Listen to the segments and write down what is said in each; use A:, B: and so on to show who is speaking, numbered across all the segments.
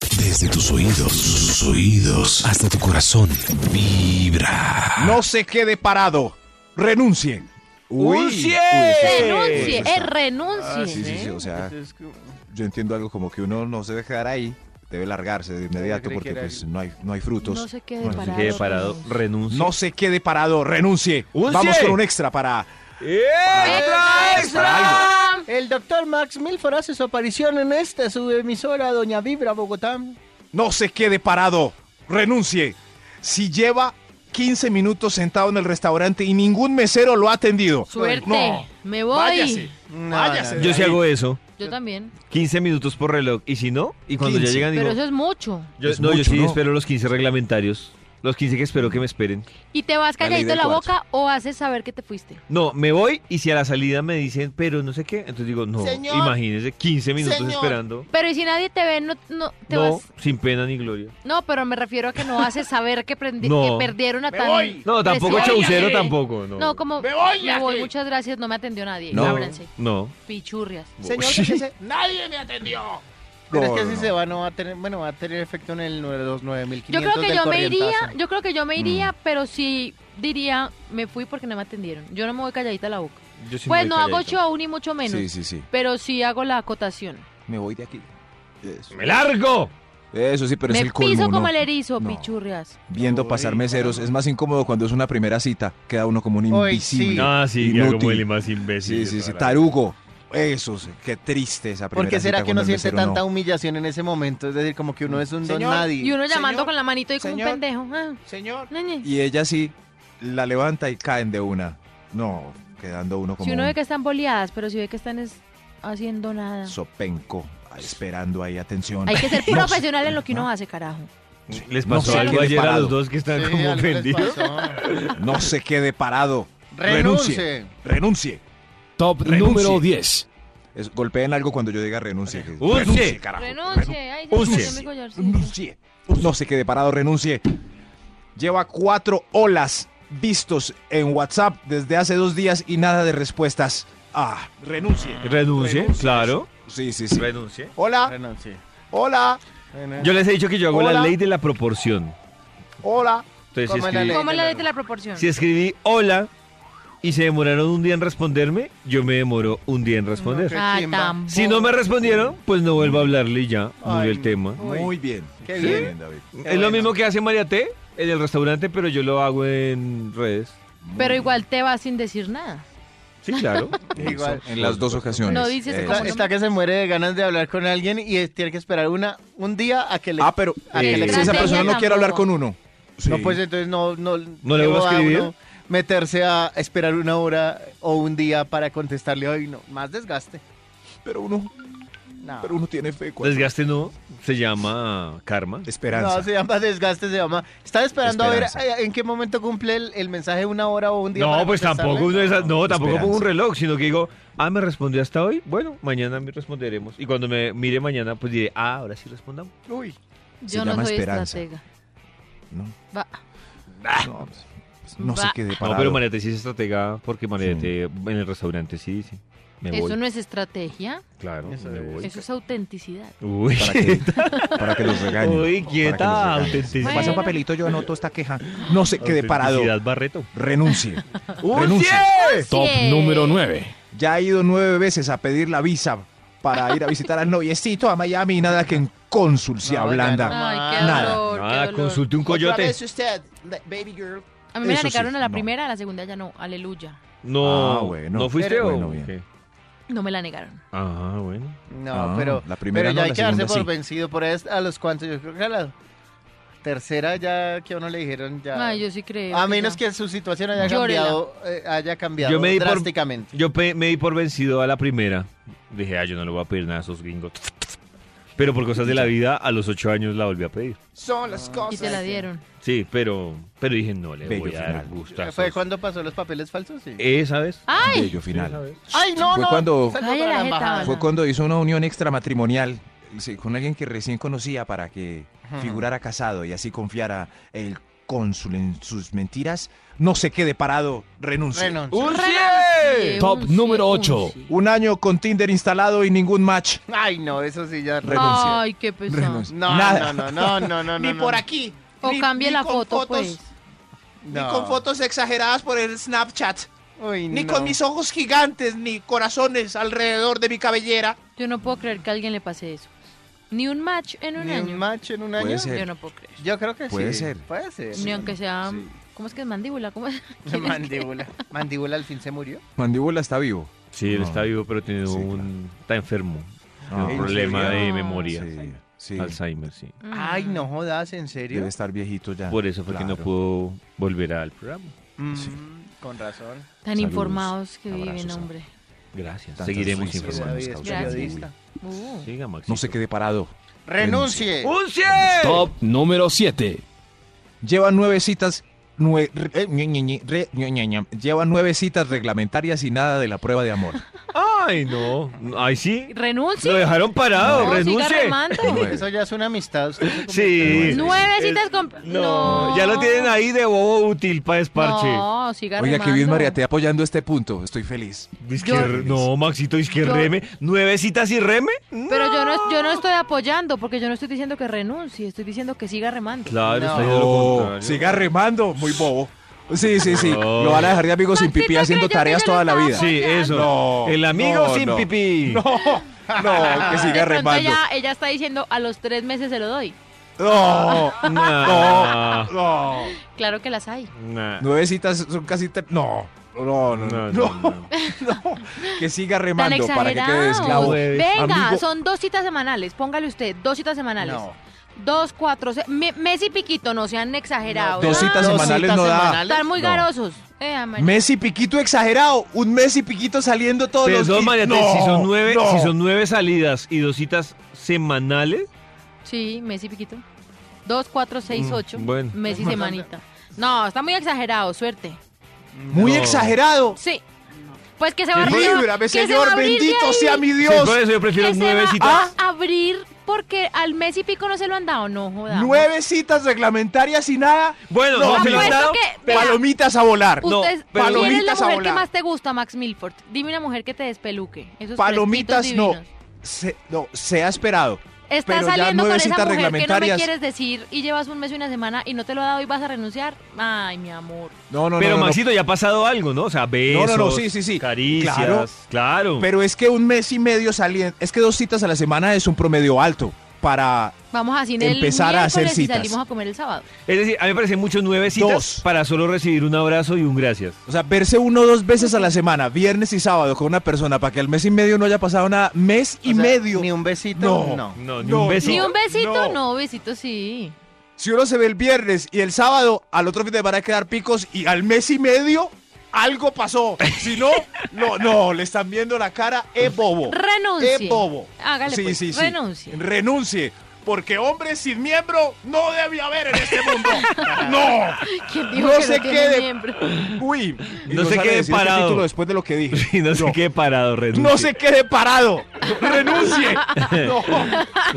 A: Desde tus oídos, sus oídos, hasta tu corazón. Vibra.
B: No se quede parado. Renuncien.
C: ¡Un cien!
D: Renuncie,
B: Eso.
D: eh, renuncie.
B: Ah, sí, sí, sí, o sea, yo entiendo algo como que uno no se debe quedar ahí, debe largarse de inmediato
C: cree
B: porque
C: que era
B: pues no hay, no hay frutos.
D: No se quede
B: Bueno,
D: parado.
C: Quede parado,
D: renuncie.
C: renuncio.
B: No se quede parado, renuncie.
C: ¡Un
B: Vamos
C: cien!
B: con un extra para...
D: ¡Extra, extra!
E: El doctor Max Milford hace su aparición en esta subemisora Doña Vibra Bogotá.
B: No se quede parado, renuncie. Si lleva 15 minutos sentado en el restaurante y ningún mesero lo ha atendido.
D: Suerte.
B: No,
D: Me voy.
B: váyase. Váyase.
C: Yo sí hago eso.
D: Yo también.
C: 15 minutos por reloj. Y si no, y cuando
B: 15.
C: ya llegan, digo.
D: Pero eso es mucho.
C: yo,
B: Es
C: no, yo
B: mucho,
C: sí
B: ¿no?
C: espero los 15 reglamentarios. Los 15 que espero que me esperen.
D: ¿Y te vas
B: La ley
D: calladito
B: del
D: la
B: cuarzo.
D: boca o haces saber que te fuiste?
C: No, me voy y si a la salida me dicen, pero no sé qué, entonces digo, no,
E: Señor.
C: imagínese, 15 minutos
E: Señor.
C: esperando.
D: Pero ¿y si nadie te ve, no, no te
C: No,
D: vas.
C: sin pena ni gloria.
D: No, pero me refiero a que no haces saber que, prendi-
C: No.
D: que perdieron a
B: Me
D: tan.
B: voy.
C: No, tampoco
D: preciado.
C: chaucero, tampoco. No,
D: No, como.
B: Me voy,
D: Me voy,
B: ya.
D: muchas gracias, no me atendió nadie.
C: no,
D: Ábranse.
C: no.
D: Pichurrias.
E: Señor,
C: Uy.
E: déjese-
B: Nadie me atendió.
E: pero es
B: No,
E: que
B: no,
E: así
B: no.
E: se va, no va a tener, bueno, va a tener efecto en el nueve- los 9500
D: Yo creo que
E: del
D: yo me
E: corrientazo.
D: iría, yo creo que yo me iría,
B: Mm.
D: pero sí diría, me fui porque no me atendieron. Yo no me voy calladita la boca.
C: Yo sí me
D: pues
C: voy
D: no hago
C: calladito.
D: show ni mucho menos,
B: Sí, sí, sí.
D: pero sí hago la acotación.
B: Me voy de aquí. Eso,
C: ¡Me largo!
B: Eso sí, pero
D: me
B: es el colmo.
D: piso
B: ¿no?
D: como el erizo,
B: No.
D: pichurrias.
B: Viendo pasar meseros es más incómodo cuando es una primera cita. Queda uno como un
E: Ay,
B: invisible.
E: sí.
C: Ah, sí, ya como el
B: inútil.
C: más imbécil.
B: Sí,
C: de
B: sí, sí.
C: toda la vida.
B: Tarugo. Eso, sí, qué triste esa primera
E: ¿Por qué será
B: cita
E: que
B: cuando
E: uno
B: el
E: siente
B: mesero no.
E: tanta humillación en ese momento? Es decir, como que uno es un don
B: Señor.
E: nadie.
D: Y uno llamando
B: Señor,
D: con la manito y como un
B: señor.
D: pendejo. Ah,
B: Señor.
D: ñe, ñe.
B: Y ella sí la levanta y caen de una. No, quedando uno como
D: Si uno
B: un
D: ve que están boleadas, pero si ve que están es haciendo nada.
B: sopenco esperando ahí atención.
D: Hay que ser
B: No sé. Ah.
D: profesional en lo que uno hace, carajo.
C: Les
B: No
C: pasó
B: se
C: algo
B: quede
C: ayer a
B: parado.
C: los dos que están
E: Sí,
C: como
E: algo les
C: ofendidos.
E: pasó.
B: No se quede parado.
E: Renuncie.
B: Renuncie.
A: Top
B: Renuncie.
A: número 10.
B: Es- golpeen algo cuando yo diga renuncie. que-
C: Uncie.
B: Renuncie, carajo.
D: Renuncie, ay, se me
B: Renuncie.
D: cayó mi collarcito.
B: Renuncie. No se quede parado, renuncie. Lleva cuatro olas vistos en WhatsApp desde hace dos días y nada de respuestas. Ah, renuncie.
C: Renuncie, claro.
B: Sí, sí, sí.
C: Renuncie.
B: Hola,
E: Renuncie.
B: hola,
C: Yo les he dicho que yo hago
B: Hola.
C: la ley de la proporción.
B: hola.
C: Entonces, si
E: ¿Cómo es la
C: escribí,
E: ley?
D: ¿Cómo es la ley de la proporción?
C: si escribí hola y se demoraron un día en responderme, yo me demoro un día en responder.
E: No,
D: Ah,
E: Chimba.
D: tampoco.
C: Si no me respondieron, pues no vuelvo a hablarle y ya murió
E: Ay,
C: el tema.
E: Uy,
B: Muy bien.
E: qué
B: Qué
E: bien.
B: bien, David.
C: Es
E: bueno.
C: lo mismo que hace María T en el restaurante, pero yo lo hago en redes.
D: Pero igual te vas sin decir nada.
C: Sí, claro.
E: Igual.
B: En las dos ocasiones. Eh,
D: No dices
B: Eso.
D: cómo
E: Está, está que se muere de ganas de hablar con alguien y eh, tiene que esperar una un día a que le...
B: Ah, pero
E: a que
C: eh,
E: le
B: si esa
D: Estrategia
B: persona no quiere hablar
D: tampoco.
B: con uno.
E: No,
B: Sí.
E: pues entonces no... ¿No,
C: ¿No le
E: qué
C: vuelvo a
E: bobada
C: escribir?
E: uno Meterse a esperar una hora o un día para contestarle hoy, no, más desgaste.
B: Pero uno,
E: No.
B: pero uno tiene fe. cuando-
C: Desgaste no, se llama karma.
B: Esperanza.
E: No, se llama desgaste, se llama. Está esperando a
B: Esperanza.
E: ver eh, en qué momento cumple el, el mensaje una hora o un día.
C: No,
E: para
C: pues
E: contestarle.
C: tampoco, uno es- no, tampoco
B: Esperanza.
C: pongo un reloj, sino que digo, ah, me respondió hasta hoy, bueno, mañana me responderemos. Y cuando me mire mañana, pues diré, ah, ahora sí respondamos.
E: Uy,
B: Se
D: Yo no
B: llama
D: soy
B: esperanza.
D: estratega.
B: No,
D: Va.
B: no, pues, no se
D: Va.
B: quede
C: No,
B: parado.
C: pero María T sí es estratega, porque María
B: Sí.
C: T en el restaurante sí dice, me voy.
D: Eso no es estrategia,
C: Claro,
E: Eso
C: me
E: es.
C: voy.
D: eso es autenticidad.
C: Uy,
B: para que, para que los regañen.
C: Uy, quieta,
B: Para que los regañen. Me
C: autenticidad.
B: pasa un
D: Bueno.
B: papelito, yo anoto esta queja. No se quede parado.
C: Autenticidad Barreto.
B: Renuncie. renuncie.
A: Top
D: Sí.
A: número 9.
B: Ya ha ido nueve veces a pedir la visa para ir a visitar al noviecito a Miami y nada que en cónsul se
E: No,
B: ablanda.
E: ya
D: Ay, qué
B: Nada,
D: dolor, qué
C: Nada,
D: dolor.
C: consulte un coyote.
E: usted, baby girl.
D: A mí me la
B: Eso sí,
D: negaron a la
B: no.
D: primera, a la segunda ya no. Aleluya.
C: No,
B: Ah, bueno.
C: ¿no fuiste
B: Pero-
C: o
B: Bueno, bien.
C: qué?
D: No me la negaron.
C: Ah, bueno.
E: No,
B: Ah,
E: pero,
B: la primera
E: pero
B: no,
E: ya
B: la
E: hay que darse
B: segunda
E: por
B: sí.
E: vencido por es- a los cuantos. Yo creo que a la tercera ya que a uno le dijeron ya.
D: Ay, yo sí creo.
E: a menos
D: ya.
E: que su situación haya
D: Llórela.
E: cambiado, eh, haya cambiado
C: Yo me di por-
E: drásticamente.
C: Yo pe- me di por vencido a la primera. Dije, ah, yo no le voy a pedir nada a esos gringos. Pero por cosas de la vida, a los ocho años la volví a pedir.
B: Son las cosas.
D: Y te la dieron.
C: Sí, pero, pero dije, no le
B: Bello
C: voy a dar
B: final.
C: gusto.
E: ¿Fue cuando pasó los papeles falsos? Sí.
B: Eh,
C: Esa vez.
D: ¡Ay!
B: Bello final.
E: Ay, no,
B: Fue
E: no.
B: cuando-
E: salió
D: Cállala,
E: para la
D: jeta,
E: embajada.
D: bala.
B: Fue cuando hizo una unión extramatrimonial sí, con alguien que recién conocía para que
E: Ajá.
B: figurara casado y así confiara el cónsul en sus mentiras, no se quede parado, renuncie.
E: Renuncio.
C: ¡Un
D: Renuncie,
A: Top
D: uncie,
A: número ocho.
D: uncie.
B: Un año con Tinder instalado y ningún match.
E: Ay, no, eso sí ya.
B: Re- renuncie.
D: Ay, qué pesado.
B: Renuncie.
E: No,
B: Nada.
E: no, no, no, no, no. no, no.
B: aquí.
D: O cambie la foto, pues.
E: No.
B: exageradas por el Snapchat.
E: Uy, no.
B: ojos gigantes, ni corazones alrededor de mi cabellera.
D: Yo no puedo creer que a alguien le pase eso. Ni un match en un
E: Ni
D: año.
E: un match en un
B: Puede
E: año.
B: ser.
D: Yo no puedo creer.
E: Yo creo que
B: Puede
E: sí.
B: ser.
E: Puede ser.
D: Ni aunque sea.
E: Sí.
D: ¿Cómo es que es mandíbula? ¿Cómo es?
E: Mandíbula. Mandíbula al fin se murió.
B: Mandíbula está vivo.
C: Sí, él
B: No.
C: está vivo, pero tiene
B: Sí,
C: un... Está enfermo. Tiene
B: Ah,
C: un
B: ¿en
C: problema
D: serio?
C: de memoria.
B: Sí, sí.
C: Alzheimer, sí.
D: Mm.
E: Ay, no jodas, ¿en serio?
B: Debe estar viejito ya.
C: Por eso fue que no
B: Claro.
C: pudo volver al programa.
E: Mm,
B: Sí.
E: Con razón.
D: Mm. Tan
B: Saludos,
D: informados que viven,
B: abrazos a-
D: hombre.
C: Gracias.
B: Tantas
C: Seguiremos
B: suicidas.
E: Sí,
C: informando.
E: David es
D: causando
E: periodista.
D: Uh.
C: Siga, Maxito.
B: No se quede parado.
E: ¡Renuncie!
A: Top número 7.
B: Lleva nueve citas. nue- re- eh, ñe, ñe, ñe, re- ñe, ñe, ñe. Lleva nueve citas reglamentarias y nada de la prueba de amor.
C: Ay, no. Ay, sí.
D: Renuncie.
C: Lo dejaron parado.
D: No, siga
C: renuncie.
D: remando.
E: Eso ya es una amistad. usted se
C: Sí.
D: Nueve
C: Es-
D: citas con.
C: No, ya lo tienen ahí de bobo útil para desparche.
D: No, siga
B: Oiga, que bien
D: remando.
B: María te apoyando este punto. Estoy feliz.
C: Es que
D: Yo-
C: re- no, Maxito, es que
D: Yo-
C: reme. ¿Nueve citas y reme?
D: Pero yo no, yo no estoy apoyando, porque yo no estoy diciendo que renuncie, estoy diciendo que siga remando.
C: Claro,
E: No.
C: está ahí de lo contrario.
B: siga remando. Muy bobo. Sí, sí, sí.
C: No.
B: Lo van a dejar de amigos sin pipí
D: Maxito,
B: haciendo
D: creyó que
B: tareas
D: yo lo
B: toda la
D: estaba
B: vida.
C: Sí, eso.
B: No,
C: El amigo
B: no,
C: sin
B: no.
C: pipí.
B: No, no, que
D: Ah, De
B: siga
D: pronto
B: remando.
D: ella, ella está diciendo a los tres meses se lo doy.
B: No,
C: Nah.
B: no.
D: Claro que las hay.
C: Nah.
B: Nueve citas son casi. ter- No, no, no, no.
C: No, no, no.
B: no. Que siga
D: Tan
B: remando para que quede
D: exagerados.
B: esclavo.
C: Nueve.
D: Venga,
B: Amigo-
D: son dos citas semanales. Póngale usted, dos citas semanales.
E: No.
D: Dos, cuatro, se- me- mes y piquito, no sean exagerados.
B: Dos citas
D: Ah,
B: semanales no da.
D: Están muy
B: No.
D: garosos. Eh, Amari.
B: Messi piquito exagerado. Un Messi piquito saliendo todos los
C: Perdón,
B: días.
C: María,
B: No,
C: si, son nueve,
B: no.
C: si son nueve salidas y dos citas semanales,
D: Sí, mes y piquito. Dos, cuatro, seis,
C: Mm,
D: ocho.
C: bueno.
D: Mes y semanita. No, está muy exagerado, suerte.
B: Muy
C: No.
B: exagerado.
D: Sí. Pues que se va a abrir.
B: Líbrame,
D: que se va a
B: Señor.
D: abrir de
B: Bendito
D: ahí.
B: sea mi Ah.
C: Sí,
B: Dios.
C: por eso yo prefiero
D: que se
C: nueve
D: va Ah.
C: citas.
D: a abrir porque al mes y pico no se lo han dado. No, joda.
B: Nueve citas reglamentarias y nada.
C: Bueno,
B: No,
C: no,
B: apuesto
C: felicitado,
D: que-
C: pero-
D: Eh, Vea.
B: Palomitas a volar.
C: No,
D: Usted,
C: pero-
D: ¿Quién es la
B: Palomitas a
D: mujer que
B: volar.
D: más te gusta, Max Milford? Dime una mujer que te despeluque. Esos
B: Palomitas
D: fresquitos
B: no.
D: divinos.
B: Se, no, se ha esperado.
D: Estás
B: Pero ya
D: saliendo
B: nueve
D: con esa
B: citas
D: mujer que no me
B: reglamentarias.
D: quieres decir y llevas un mes y una semana y no te lo ha dado y vas a renunciar. Ay, mi amor.
B: No, no, no,
C: Pero
B: no, no.
C: Maxito ya ha pasado algo, ¿no? O sea, besos,
B: no, sí, sí, sí.
C: caricias,
B: Claro.
C: claro.
B: Pero es que un mes y medio saliendo. Es que dos citas a la semana es un promedio alto para
D: Vamos así en el
B: Empezar a hacer
D: miércoles y
B: citas.
D: salimos a comer el sábado.
C: Es decir, a mí me parecen muchos nueve citas
B: Dos.
C: para solo recibir un abrazo y un gracias.
B: O sea, verse uno o dos veces a la semana, viernes y sábado, con una persona para que al mes y medio no haya pasado nada. Mes y
E: O sea,
B: medio.
E: Ni un besito.
B: No.
E: No.
C: No, ni
B: No,
C: un beso.
D: Ni
B: No,
D: un besito,
B: no.
D: no, besito sí.
B: Si uno se ve el viernes y el sábado, al otro fin de van a quedar picos y al mes y medio algo pasó. Si no, no, no, le están viendo la cara, es bobo.
D: Renuncie.
B: Es bobo.
D: Hágale
B: Sí,
D: pues,
B: sí, sí.
D: renuncie.
B: Renuncie. Porque hombres sin miembro no debe haber en este mundo. ¡No!
D: ¿Quién dijo
B: No
D: que
B: se
D: no tiene
B: quede.
D: miembro?
B: Uy. y
C: No se
B: sale
C: quede
B: decir este
C: parado.
B: título después de lo que dije.
C: Y no sé qué parado, renuncie.
B: No se quede parado. Renuncie. No,
C: O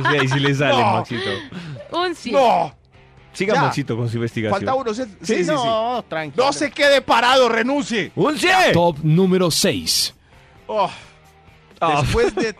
C: sea, ahí sí le sale,
B: No.
C: Maxito.
D: Un sí.
B: no.
C: Siga
B: Ya.
C: Maxito con su investigación.
B: Falta uno. Sí, sí, sí.
E: no, tranquilo.
B: No se quede parado. Renuncie.
C: ¡Un sí!
A: Top número 6.
B: Oh,
C: Ah.
B: Después de.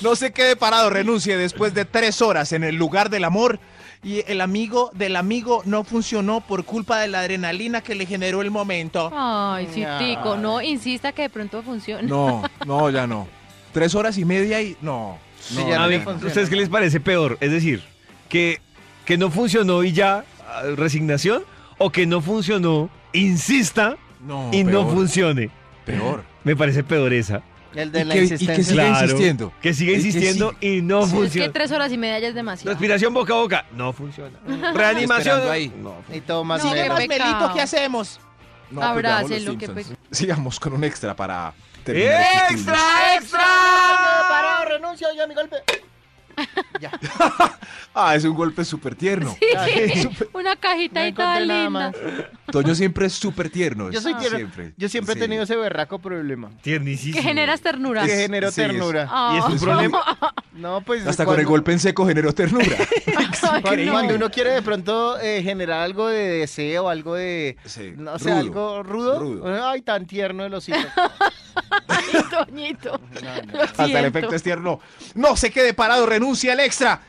B: No se quede parado. Renuncie después de tres horas en el lugar del amor. Y el amigo del amigo no funcionó por culpa de la adrenalina que le generó el momento.
D: Ay, sí, tico.
E: Ay.
D: No, insista que de pronto funcione.
B: No, no, ya no. Tres horas y media y. No.
E: Sí,
B: no,
E: ya
B: no,
C: A
E: no
C: mí,
E: le
B: no, no.
E: funciona.
C: ¿ustedes qué les parece peor? Es decir, que, que no funcionó y ya, ah, resignación, o que no funcionó, insista
B: No,
C: y no
B: peor,
C: funcione.
B: Peor.
C: Me parece peor esa.
E: El de
B: ¿Y
E: la
B: qué- y qué
E: insistencia.
B: Sigue insistiendo.
C: Que siga
B: Es que
C: insistiendo y no
D: Sí, es que
C: funciona.
D: tres horas y media ya es demasiado.
C: Respiración boca a boca. No funciona. Reanimación.
B: Esperando ahí.
C: No.
E: Y todo más
D: No,
E: leve.
D: qué pe- pecado.
B: hacemos? No, pues, veamos
D: Abrácenlo,
B: los
D: que
B: Simpsons.
D: pe-
B: Sigamos con un extra para terminar este estudio.
C: ¡Extra, extra!
E: Parado, renuncio, ya mi golpe. Ya.
B: Ah, es un golpe súper tierno.
E: ya.
D: Una cajita
E: No
D: y toda
E: encontré nada
D: linda.
E: más.
B: Toño siempre es súper tierno.
E: Yo soy
B: es-
E: tierno.
B: Pues Siempre.
E: Yo siempre
B: Sí.
E: he tenido ese berraco problema.
C: Tiernicísimo.
D: que generas ternura.
E: Que
B: Es-
E: generó
B: sí, es-
E: ternura.
D: Ah,
C: Y es un problema.
E: No, pues.
B: Hasta con el
E: cuando-
B: golpe en seco generó ternura.
D: ay,
E: Cuando,
D: no.
E: cuando uno quiere de pronto eh, generar algo de deseo, algo de.
B: Sí,
E: No sé,
B: rudo,
E: algo rudo.
B: rudo.
E: Ay, tan tierno el hocico.
D: Ay, Toñito. Lo
B: Hasta el
D: siento.
B: efecto es tierno. No se quede parado, renuncia al extra.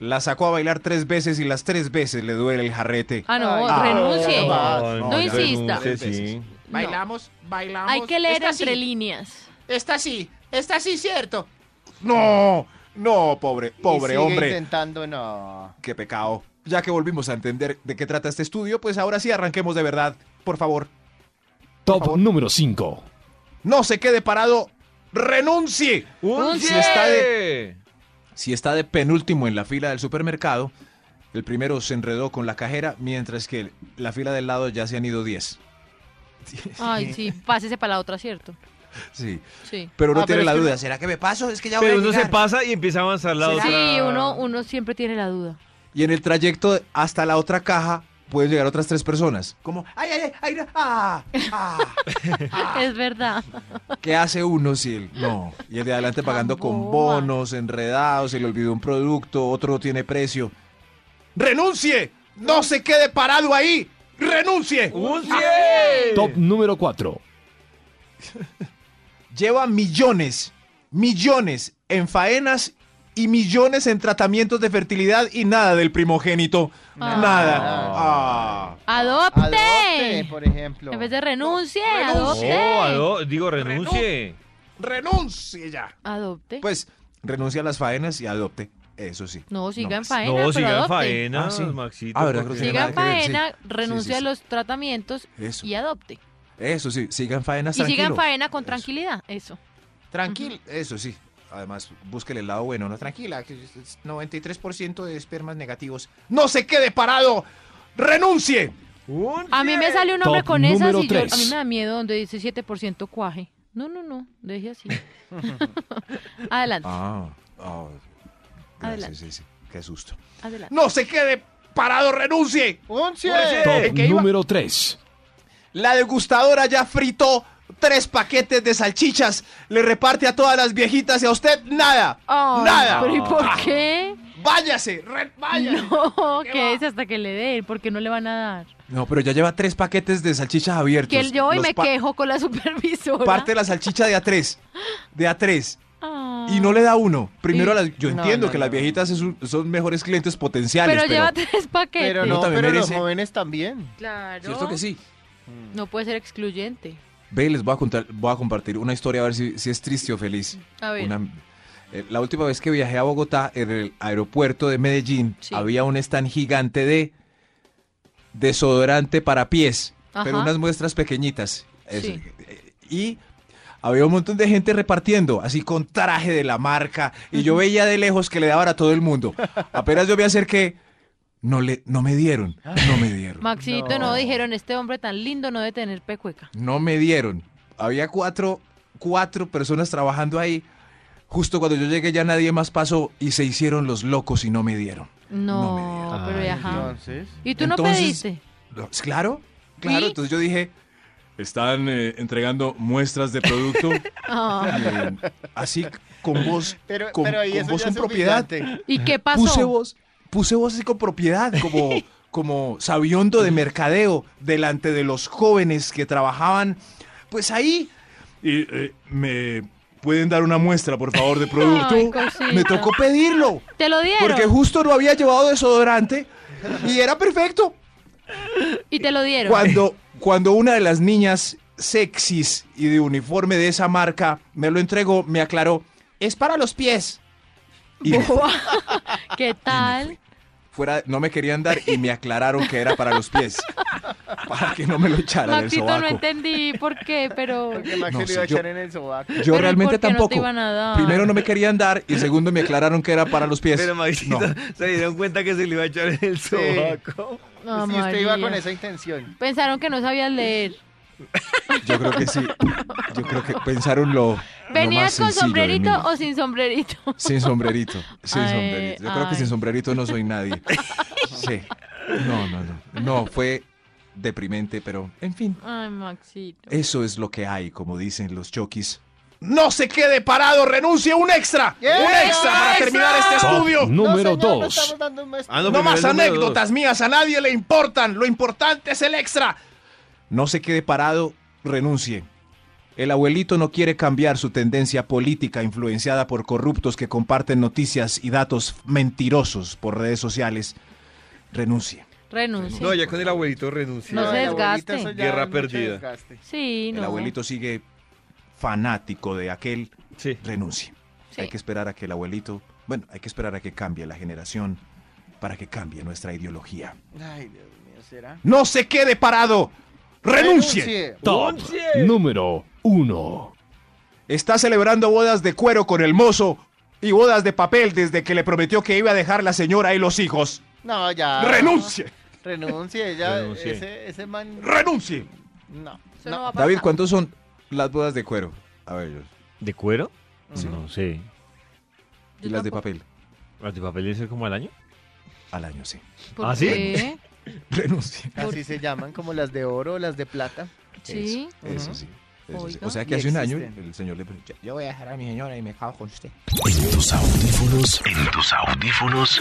B: La sacó a bailar tres veces y las tres veces le duele el jarrete.
D: Ah, no,
E: Ay,
B: no,
D: renuncie.
E: no,
B: no,
D: no
C: ya.
D: insista.
C: Renuncie, sí.
D: No.
F: Bailamos, bailamos.
D: Hay que leer
F: Esta
D: entre
F: sí,
D: líneas.
F: Esta sí, esta sí, cierto.
B: No, no, pobre, pobre
E: Y sigue
B: hombre.
E: intentando, no.
B: Qué pecado. Ya que volvimos a entender de qué trata este estudio, pues ahora sí arranquemos de verdad. Por favor,
A: Top número 5.
B: no se quede parado, renuncie.
C: ¡Un
B: Si está de-
C: siete!
B: Si está de penúltimo en la fila del supermercado, el primero se enredó con la cajera, mientras que la fila del lado ya se han ido 10.
D: Ay, sí, pásese para la otra, ¿cierto?
B: Sí,
D: Sí.
B: pero no
E: Ah, pero
B: tiene
E: es
B: la
E: que
B: duda.
E: uno-
B: ¿Será que me paso? Es que ya voy
C: Pero
B: a
C: uno se
B: llegar.
C: pasa y empieza a avanzar la otra.
D: Sí, uno, uno siempre tiene la duda.
B: Y en el trayecto hasta la otra caja pueden llegar otras tres personas. Como, ay, ay, ay, ay, no, ah, ah.
D: Es verdad.
B: ¿Qué hace uno si el no? Y el de adelante pagando con
D: boba.
B: bonos, enredados, se le olvidó un producto, otro no tiene precio. ¡Renuncie! ¡No se quede parado ahí! ¡Renuncie!
C: ¡Un siete!
A: Top número 4.
B: Lleva millones, millones en faenas y millones en tratamientos de fertilidad y nada del primogénito.
D: Ah.
B: Nada. Ah.
D: ¡Adopte!
E: Adopte, pues, por ejemplo.
D: En vez de renuncie,
B: renuncie.
D: adopte.
C: No, ado- digo, renuncie.
B: ¡Renuncie ya!
D: Adopte.
B: Pues renuncia a las faenas y adopte. Eso sí.
D: no, siga en
B: más.
D: faena.
C: no,
D: pero
C: siga en
D: adopte.
C: faena,
B: Ah, sí.
C: Maxito.
B: Ah, verdad,
C: porque-
B: creo que Nada
D: Siga en
B: que ver, sí.
D: faena,
B: Sí,
D: renuncia
B: sí, sí.
D: a los tratamientos
B: Eso.
D: y adopte.
B: Eso sí. Sigan faenas
D: Y siga en
B: tranquilo.
D: faena con
B: Eso.
D: tranquilidad. Eso.
B: Tranquilo, eso sí. Además, búsquele el lado bueno, ¿no? Tranquila, que es- es 93% de espermas negativos. ¡No se quede parado! ¡Renuncie!
C: Un
D: A mí me sale un hombre
A: Top
D: con esas
A: número
D: y yo, a
A: tres.
D: mí me da miedo donde dice 7% cuaje. No, no, no, deje así. adelante,
B: Ah, ah, gracias,
D: Adelante.
B: sí, sí. Qué susto.
D: adelante.
B: ¡No se quede parado! ¡Renuncie!
E: ¡Un cien!
A: Top
B: que iba.
A: número 3.
B: La degustadora ya fritó tres paquetes de salchichas. Le reparte a todas las viejitas y a usted nada.
D: Ay,
B: ¡Nada!
D: ¿Pero y por qué?
B: ¡Váyase! re- ¡Váyase!
D: No, que es hasta que le dé, porque no le van a dar.
B: No, pero ya lleva tres paquetes de salchichas abiertos.
D: Que yo hoy
B: Los
D: me
B: pa-
D: quejo con la supervisora.
B: Parte la salchicha de a tres. De a tres.
D: Ah.
B: Y no le da uno. Primero,
D: Y-
B: las, yo
E: No,
B: entiendo
E: no,
B: que
E: no.
B: las viejitas es un- son mejores clientes potenciales.
D: Pero
B: Pero,
D: lleva tres paquetes.
E: Pero
B: Uno
E: no,
B: también
E: pero los
B: merece.
E: jóvenes también.
D: Claro.
B: ¿Cierto que sí?
D: No puede ser excluyente.
B: Ve, les voy a, contar, voy a compartir una historia a ver si, si es triste o feliz.
D: A ver.
B: Una- eh, la última vez que viajé a Bogotá, en el aeropuerto de Medellín,
D: Sí.
B: había un stand gigante de desodorante para pies. Pero
D: Ajá.
B: unas muestras pequeñitas. Es-
D: Sí.
B: eh, Y había un montón de gente repartiendo, así con traje de la marca. Y yo veía de lejos que le daban a todo el mundo. Apenas yo me acerqué, no, le, no me dieron, no me dieron.
D: Maxito, no.
E: No.
D: dijeron, este hombre tan lindo no debe tener pecueca.
B: No me dieron. Había cuatro, cuatro personas trabajando ahí. Justo cuando yo llegué ya nadie más pasó y se hicieron los locos y no me dieron. No me
D: No,
B: dieron.
D: pero
C: Ay,
D: ya, ajá.
E: Entonces.
D: ¿Y tú no
B: Entonces-
D: pediste?
B: No, pues, Claro, claro.
D: ¿Y?
B: Entonces yo dije, están eh, entregando muestras de producto.
D: Ah.
B: eh, así con voz,
E: Pero,
B: con,
E: pero ahí
B: con
E: eso
B: voz
E: ya
B: en
E: es
B: propiedad.
E: humillante.
D: ¿Y qué pasó?
B: Puse voz, puse voz así con propiedad, como, como sabiondo de mercadeo, delante de los jóvenes que trabajaban, pues ahí. Y, eh, me pueden dar una muestra, por favor, de producto.
D: Ay, cosita.
B: me tocó pedirlo,
D: ¿Te lo dieron?
B: porque justo no había llevado desodorante y era perfecto.
D: ¿Y te lo dieron?
B: Cuando, cuando una de las niñas sexys y de uniforme de esa marca me lo entregó, me aclaró, es para los pies. Y
D: ¿Qué tal?
B: fuera, no me querían dar y me aclararon que era para los pies. Para que no me lo echaran del
D: Maxito, no
B: sobaco.
D: entendí por qué, pero...
E: Porque Max
B: No
E: se lo
B: sé,
E: iba a
B: yo-
E: echar en el sobaco.
B: Yo
D: Pero, ¿y
B: realmente
D: por qué no te
B: tampoco.
D: iban a dar?
B: Primero no me querían dar y segundo me aclararon que era para los pies.
C: Pero Maxito,
B: No.
C: se dieron cuenta que se le iba a echar en el sobaco.
D: No,
E: si usted iba
D: María.
E: con esa intención.
D: Pensaron que no sabías leer.
B: Yo creo que sí. Yo creo que pensaron lo. lo más
D: ¿Venías
B: sencillo
D: con
B: de mí.
D: sombrerito o sin sombrerito?
B: Sin sombrerito. Sin
D: Ay,
B: sombrerito. Yo creo que
D: ay.
B: sin sombrerito no soy nadie. Sí. No, no, no. No, fue deprimente, pero en fin.
D: Ay, Maxito.
B: Eso es lo que hay, como dicen los choquis. ¡No se quede parado! ¡Renuncie un extra!
E: ¡Yeah!
B: ¡Un extra para
E: ¡Extra!
B: terminar este estudio!
E: No,
A: número
E: señor, no
A: 2.
E: estamos dando un
C: Ah,
E: maestro.
C: no,
B: No
C: primero
B: más
C: el número dos.
B: anécdotas mías, a nadie le importan. Lo importante es el extra. No se quede parado, renuncie. El abuelito no quiere cambiar su tendencia política influenciada por corruptos que comparten noticias y datos mentirosos por redes sociales. Renuncie.
D: Renuncie.
C: No, ya con el abuelito renuncia.
D: No se
E: el abuelito,
D: desgaste.
E: eso ya
C: Guerra
E: mucho
C: perdida.
E: desgaste.
D: Sí, no. ¿eh?
B: El abuelito sigue fanático de aquel.
C: Sí.
B: Renuncie.
D: Sí.
B: Hay que esperar a que el abuelito, bueno, hay que esperar a que cambie la generación para que cambie nuestra ideología.
E: Ay, Dios mío, ¿será?
B: No se quede parado. Renuncie.
A: Top número 1.
B: Está celebrando bodas de cuero con el mozo y bodas de papel desde que le prometió que iba a dejar la señora y los hijos.
E: No,
F: Ah.
E: ya.
B: Renuncie.
E: Renuncie, ya.
C: Renuncie.
E: Ese, ese man.
B: Renuncie.
E: No.
D: Eso no va
E: no.
D: a pasar.
B: David, ¿cuántos son las bodas de cuero? A ver, yo-
C: ¿De cuero?
E: Sí.
C: No sé.
B: y
D: Yo
B: las de
D: tampoco.
B: papel
C: ¿Las de papel debe ser como al año?
B: al año, sí.
D: ¿Por
C: ¿Ah, sí?
D: qué?
B: Renuncie.
E: Así se llaman, como las de oro, las de plata.
D: Sí.
B: Eso, eso sí. eso sí. O sea que
E: Y
B: hace un año
E: existen.
B: el señor le preguntó,
F: Yo voy a dejar a mi señora y me cago con usted.
A: En tus audífonos. En tus audífonos.